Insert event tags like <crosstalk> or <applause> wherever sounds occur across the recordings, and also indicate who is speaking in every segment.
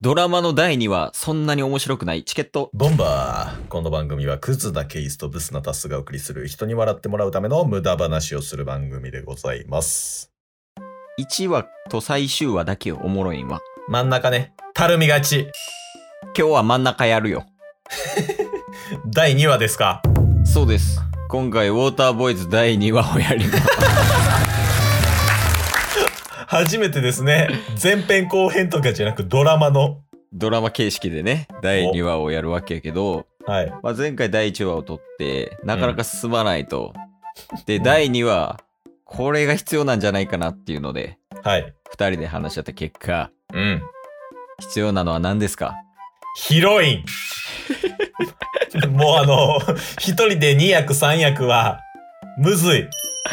Speaker 1: ドラマの第2話、そんなに面白くないチケット。
Speaker 2: ボンバーこの番組はクズなケイスとブスなタスがお送りする人に笑ってもらうための無駄話をする番組でございます。
Speaker 1: 1話と最終話だけよ、おもろいんは。
Speaker 2: 真ん中ね、たるみがち。
Speaker 1: 今日は真ん中やるよ。
Speaker 2: 第2話ですか
Speaker 1: そうです。今回、ウォーターボーイズ第2話をやり <laughs> ます。
Speaker 2: 初めてですね、前編後編とかじゃなくドラマの。
Speaker 1: ドラマ形式でね、第2話をやるわけやけど、
Speaker 2: はい。
Speaker 1: まあ、前回第1話を撮って、なかなか進まないと。で、第2話、これが必要なんじゃないかなっていうので、
Speaker 2: はい。
Speaker 1: 2人で話し合った結果、
Speaker 2: うん。
Speaker 1: 必要なのは何ですか
Speaker 2: ヒロインもうあの、一人で2役3役は、むずい。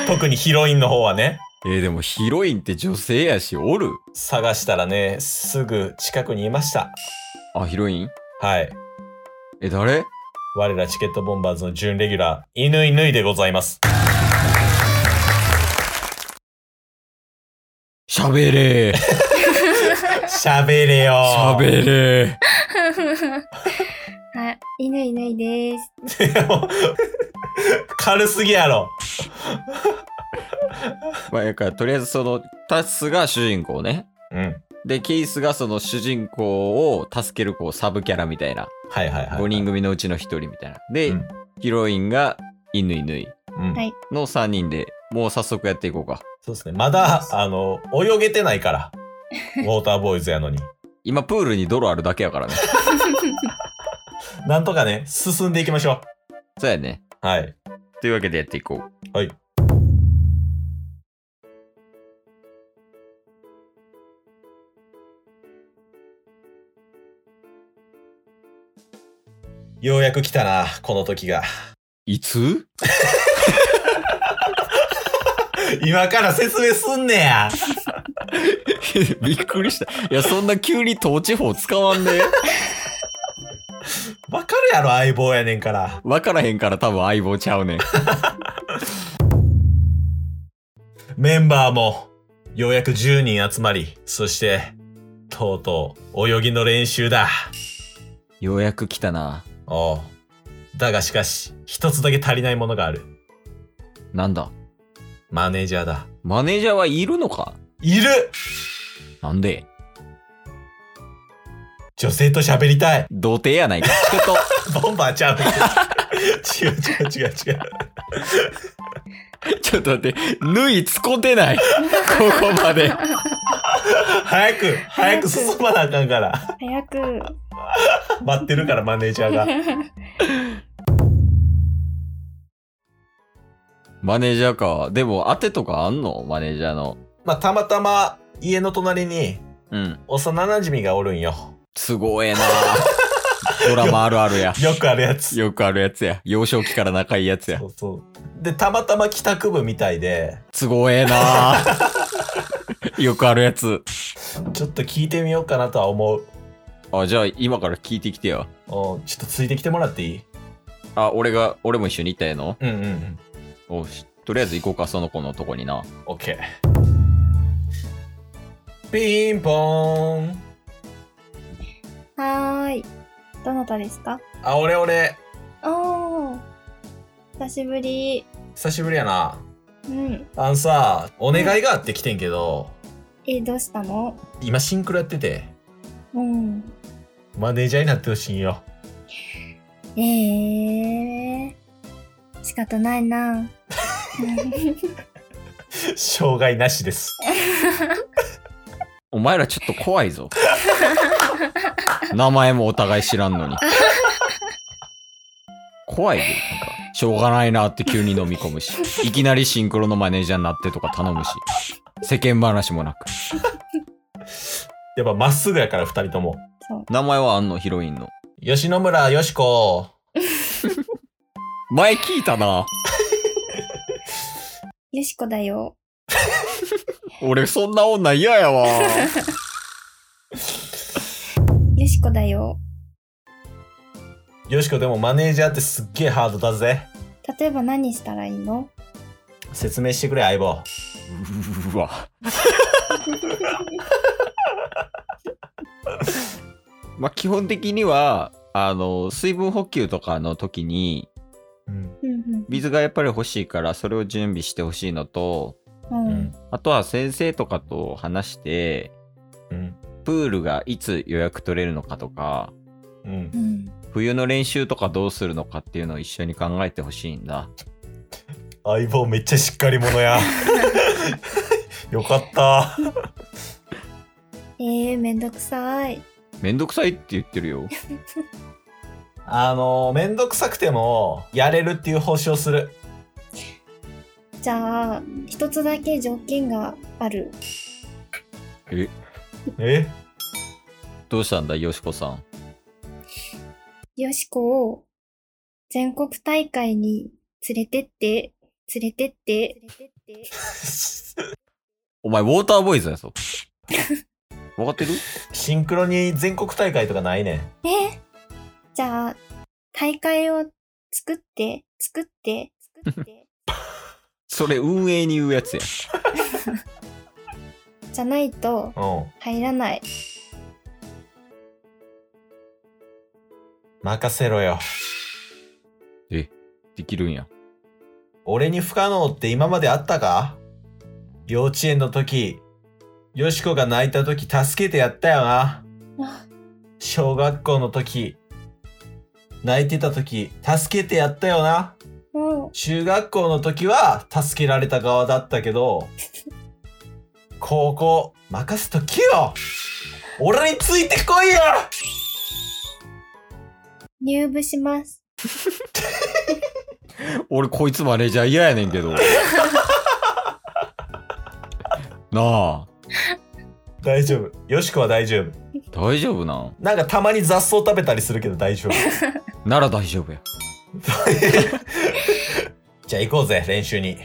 Speaker 2: 特にヒロインの方はね。
Speaker 1: えー、でもヒロインって女性やし、おる
Speaker 2: 探したらね、すぐ近くにいました。
Speaker 1: あ、ヒロイン
Speaker 2: はい。
Speaker 1: え、誰
Speaker 2: 我らチケットボンバーズの準レギュラー、犬犬いでございます。
Speaker 1: 喋れー
Speaker 2: 喋れよー。
Speaker 1: 喋れ
Speaker 3: <laughs> あ、いないいない <laughs> です。
Speaker 2: 軽すぎやろ。
Speaker 1: まあ、だからとりあえずそのタスが主人公ね。
Speaker 2: うん。
Speaker 1: で、ケイスがその主人公を助けるこうサブキャラみたいな。
Speaker 2: はいはいはい。
Speaker 1: 5人組のうちの1人みたいな。で、
Speaker 2: うん
Speaker 1: ヒロインがイヌイヌイ
Speaker 2: うん。
Speaker 3: はい
Speaker 1: の3人でもう早速やっていこうか。
Speaker 2: そうですね。まだ、あの、泳げてないから。ウォーターボーイズやのに。
Speaker 1: 今プールに泥あるだけや <laughs> からね。
Speaker 2: なんとかね、進んでいきましょ
Speaker 1: そうやね。
Speaker 2: う。はい。
Speaker 1: というわけでやっていこう。
Speaker 2: はい。ようやく来たな、この時が。
Speaker 1: いつ
Speaker 2: 今から説明すんねや。
Speaker 1: <laughs> びっくりした。いや、そんな急に統治法使わんで、ね。
Speaker 2: わかるやろ、相棒やねんから。
Speaker 1: わからへんから多分相棒ちゃうねん。
Speaker 2: メンバーも、ようやく10人集まり、そして、とうとう、泳ぎの練習だ。
Speaker 1: ようやく来たな。
Speaker 2: おう。だがしかし、一つだけ足りないものがある。
Speaker 1: なんだ
Speaker 2: マネージャーだ。
Speaker 1: マネージャーはいるのか
Speaker 2: いる
Speaker 1: なんで
Speaker 2: 女性と喋りたい。 <laughs>
Speaker 1: 童貞やないか。チケット。
Speaker 2: ボンバーちゃう。違う違う違う違う。
Speaker 1: <laughs> ちょっと待って、縫いつこて <laughs> ない。ここまで。
Speaker 2: 早く、早く進まなあかんから。
Speaker 3: 早く。
Speaker 2: 待ってるから、マネージャーが。
Speaker 1: マネージャーか。でも、当てとかあんのマネージャーの。
Speaker 2: まあ、たまたま、家の隣に、
Speaker 1: うん。
Speaker 2: 幼馴染がおるんよ。
Speaker 1: すごいなドラマあるあるや。
Speaker 2: よくあるやつ。
Speaker 1: よくあるやつや。幼少期から仲いいやつや
Speaker 2: そ。うそう。で、たまたま帰宅部みたいで、
Speaker 1: すごい <laughs> なよくあるやつ。
Speaker 2: ちょっと聞いてみようかなとは思う。
Speaker 1: あ、じゃあ今から聞いてきてよ。
Speaker 2: おうちょっとついてきてもらっていい
Speaker 1: あ、俺が、俺も一緒に行ったやの
Speaker 2: うんうんうん。
Speaker 1: おし、とりあえず行こうか、その子のとこにな。
Speaker 2: オッケー。ピンポーン。
Speaker 3: はーい。どなたですか
Speaker 2: あ、俺俺。
Speaker 3: おー。久しぶり。
Speaker 2: 久しぶりやな。
Speaker 3: うん。
Speaker 2: あのさ、お願いがあって来てんけど、
Speaker 3: え、どうしたの
Speaker 2: 今シンクロやってて、
Speaker 3: うん。
Speaker 2: マネージャーになってほしいんよ。 <laughs>
Speaker 3: えー。仕方ないな。 <laughs>
Speaker 2: 障害なしです。
Speaker 1: お前らちょっと怖いぞ。名前もお互い知らんのに。怖いで、なんか。しょうがないなって急に飲み込むし、いきなりシンクロのマネージャーになってとか頼むし、世間話もなく。
Speaker 2: やっぱまっすぐやから、二人とも。
Speaker 3: そう。
Speaker 1: 名前はあんの、ヒロインの。
Speaker 2: 吉野村よしこ。
Speaker 1: 前聞いたな。
Speaker 3: よしこだよ。
Speaker 1: 俺そんな女嫌やわ。
Speaker 3: よしこだよ。
Speaker 2: よしこでもマネージャーってすっげえハードだぜ。
Speaker 3: 例えば何したらいいの
Speaker 2: 説明してくれ、相棒。
Speaker 1: <laughs> うわ。まあ、基本的には、あの、水分補給とかの時に、
Speaker 2: うん。
Speaker 3: うんうん
Speaker 1: 水がやっぱり欲しいから、それを準備してほしいのと、
Speaker 3: うん
Speaker 2: うん。
Speaker 1: あとは先生とかと話して、
Speaker 2: うん。
Speaker 1: プールがいつ予約取れるのかとか、
Speaker 2: うん
Speaker 3: う。ん
Speaker 1: 冬の練習とかどうするのかっていうのを一緒に考えてほしいんだ。
Speaker 2: 相棒めっちゃしっかり者や。 <laughs> よかった。
Speaker 3: えー、めんどくさい。
Speaker 1: めんどくさいって言ってるよ。
Speaker 2: あの、めんどくさくても、やれるっていう報酬をする。
Speaker 3: じゃあ、一つだけ条件がある。
Speaker 2: え <laughs>
Speaker 1: どうしたんだ、よしこさん。
Speaker 3: よしこを全国大会に連れてって、連れてって、
Speaker 1: お前、ウォーターボーイズやぞ。わかってる
Speaker 2: シンクロに全国大会とかないねん。
Speaker 3: えじゃあ、大会を作って、作って、作って、
Speaker 1: それ運営に言うやつや。
Speaker 3: じゃないと
Speaker 2: うん。
Speaker 3: 入らない。
Speaker 2: 任せろよ。
Speaker 1: できるんや。
Speaker 2: 俺に不可能って今まであったか幼稚園の時、よしこが泣いた時助けてやったよな。
Speaker 3: あ
Speaker 2: 小学校の時、泣いてた時助けてやったよな。
Speaker 3: も
Speaker 2: 中学校の時は助けられた側だったけど、高校任せときよ俺についてこいよ
Speaker 3: う入部します。
Speaker 1: 俺、こいつマネージャー嫌やねんけど。なあ、
Speaker 2: 大丈夫。よしこは大丈夫。
Speaker 1: 大丈夫なん
Speaker 2: なんかたまに雑草食べたりするけど大丈夫。 <laughs>
Speaker 1: なら大丈夫や。
Speaker 2: じゃあ行こうぜ、練習に。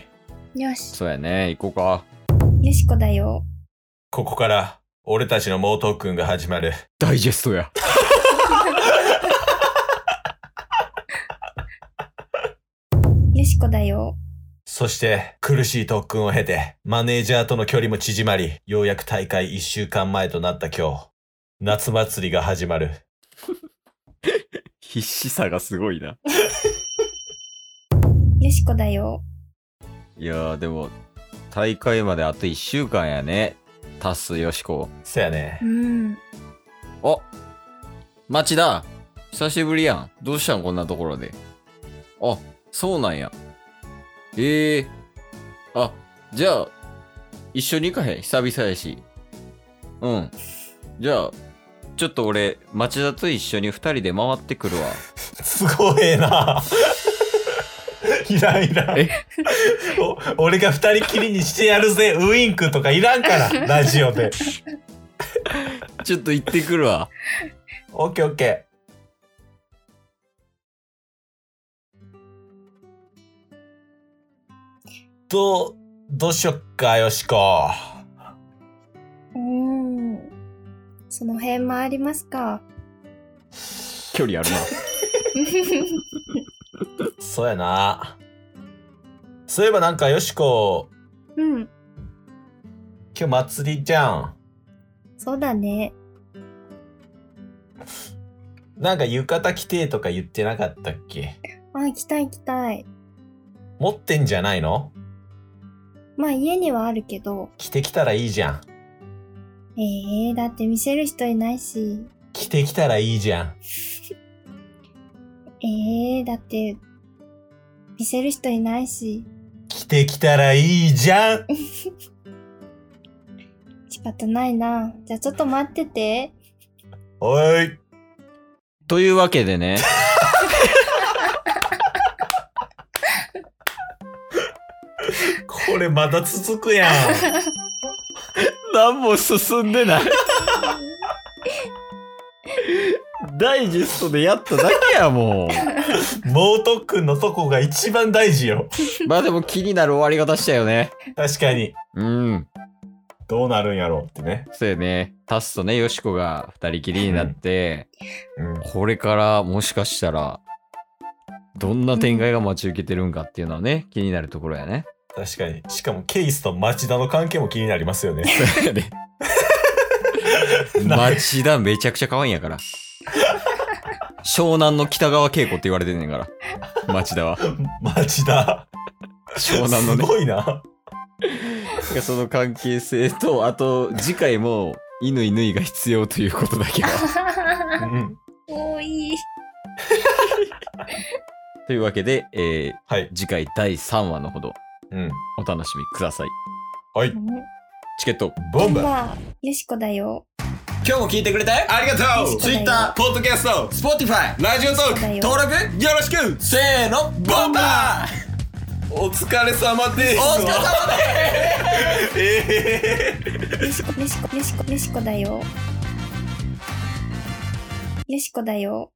Speaker 3: よし、
Speaker 1: そうやね、行こうか。
Speaker 3: よしこだよ。
Speaker 2: ここから、俺たちの猛特訓が始まる。
Speaker 1: ダイジェストや。
Speaker 3: よしこだよ。
Speaker 2: そして、苦しい特訓を経て、マネージャーとの距離も縮まり、ようやく大会1週間前となった今日、夏祭りが始まる。
Speaker 1: 必死さがすごいな。
Speaker 3: よしこだよ。
Speaker 1: いやー、でも、大会まであと1週間やね。タス、よしこ。
Speaker 2: そやね
Speaker 3: う。ん。
Speaker 1: あ町田久しぶりやん。どうしたんこんなところで。あ、そうなんや。ええあ、じゃあ、一緒に行かへん。久々やし。うん。じゃあ、ちょっと俺、町田と一緒に二人で回ってくる <laughs> わ。
Speaker 2: すごいな。いらんいらん
Speaker 1: え。
Speaker 2: お俺が二人きりにしてやるぜ、ウインクとかいらんから、ラジオで。
Speaker 1: ちょっと行ってくるわ。
Speaker 2: オッケーオッケー。どう、どうしよっか、よしこ。
Speaker 3: うーん。その辺もありますか。 <laughs>
Speaker 1: 距離あるな。
Speaker 2: そうやな。そういえばなんか、よしこ、
Speaker 3: うん。
Speaker 2: 今日祭りじゃん。
Speaker 3: そうだね。
Speaker 2: なんか浴衣着てとか言ってなかったっけ
Speaker 3: あ、行きたい行きたい。
Speaker 2: 持ってんじゃないの
Speaker 3: まあ家にはあるけど。
Speaker 2: 着てきたらいいじゃん。
Speaker 3: ええだって見せる人いないし。
Speaker 2: 着てきたらいいじゃん。
Speaker 3: ええだって、見せる人いないし。
Speaker 2: 着てきたらいいじゃん。
Speaker 3: 仕方ないな。じゃあちょっと待ってて。
Speaker 2: おい。
Speaker 1: というわけでね。
Speaker 2: これまだ続くやん。
Speaker 1: <laughs> 何も進んでない。 <laughs> ダイジェストでやっただけやもう。
Speaker 2: 猛特訓のとこが一番大事よ。
Speaker 1: まあでも気になる終わり方したよね。
Speaker 2: 確かに。
Speaker 1: うん。
Speaker 2: どうなるんやろうってね。
Speaker 1: そうよね。タスとね、ヨシコが二人きりになって、
Speaker 2: うん。
Speaker 1: これからもしかしたら、どんな展開が待ち受けてるんかっていうのはね、気になるところやね。
Speaker 2: 確かに。しかもケイスと町田の関係も気
Speaker 1: <laughs>
Speaker 2: になりますよね。
Speaker 1: そうやね町田めちゃくちゃ可愛いんやから。湘南の北川景子って言われてんねんから。町田は。
Speaker 2: 町田。
Speaker 1: 湘南の
Speaker 2: す
Speaker 1: ね。
Speaker 2: ごいな。
Speaker 1: その関係性と、あと、次回も、犬犬が必要ということだけは。
Speaker 2: うん。
Speaker 3: 多い。
Speaker 1: というわけで、えー
Speaker 2: はい。
Speaker 1: 次回第3話のほど、
Speaker 2: うん。
Speaker 1: お楽しみください。
Speaker 3: うん
Speaker 1: チケット、
Speaker 2: ボンバー
Speaker 3: まあ、よしこだよ。
Speaker 1: 今日も聞いてくれてありが
Speaker 3: とう Twitter
Speaker 1: ポッドキャスト、Spotify、ラジオト
Speaker 3: ークそうだよ登
Speaker 1: 録よろしくせーの、ボンバー
Speaker 2: <laughs> お疲れ様です。
Speaker 3: よしこ、よしこ、よしこ、よしこだよ。よしこだよ。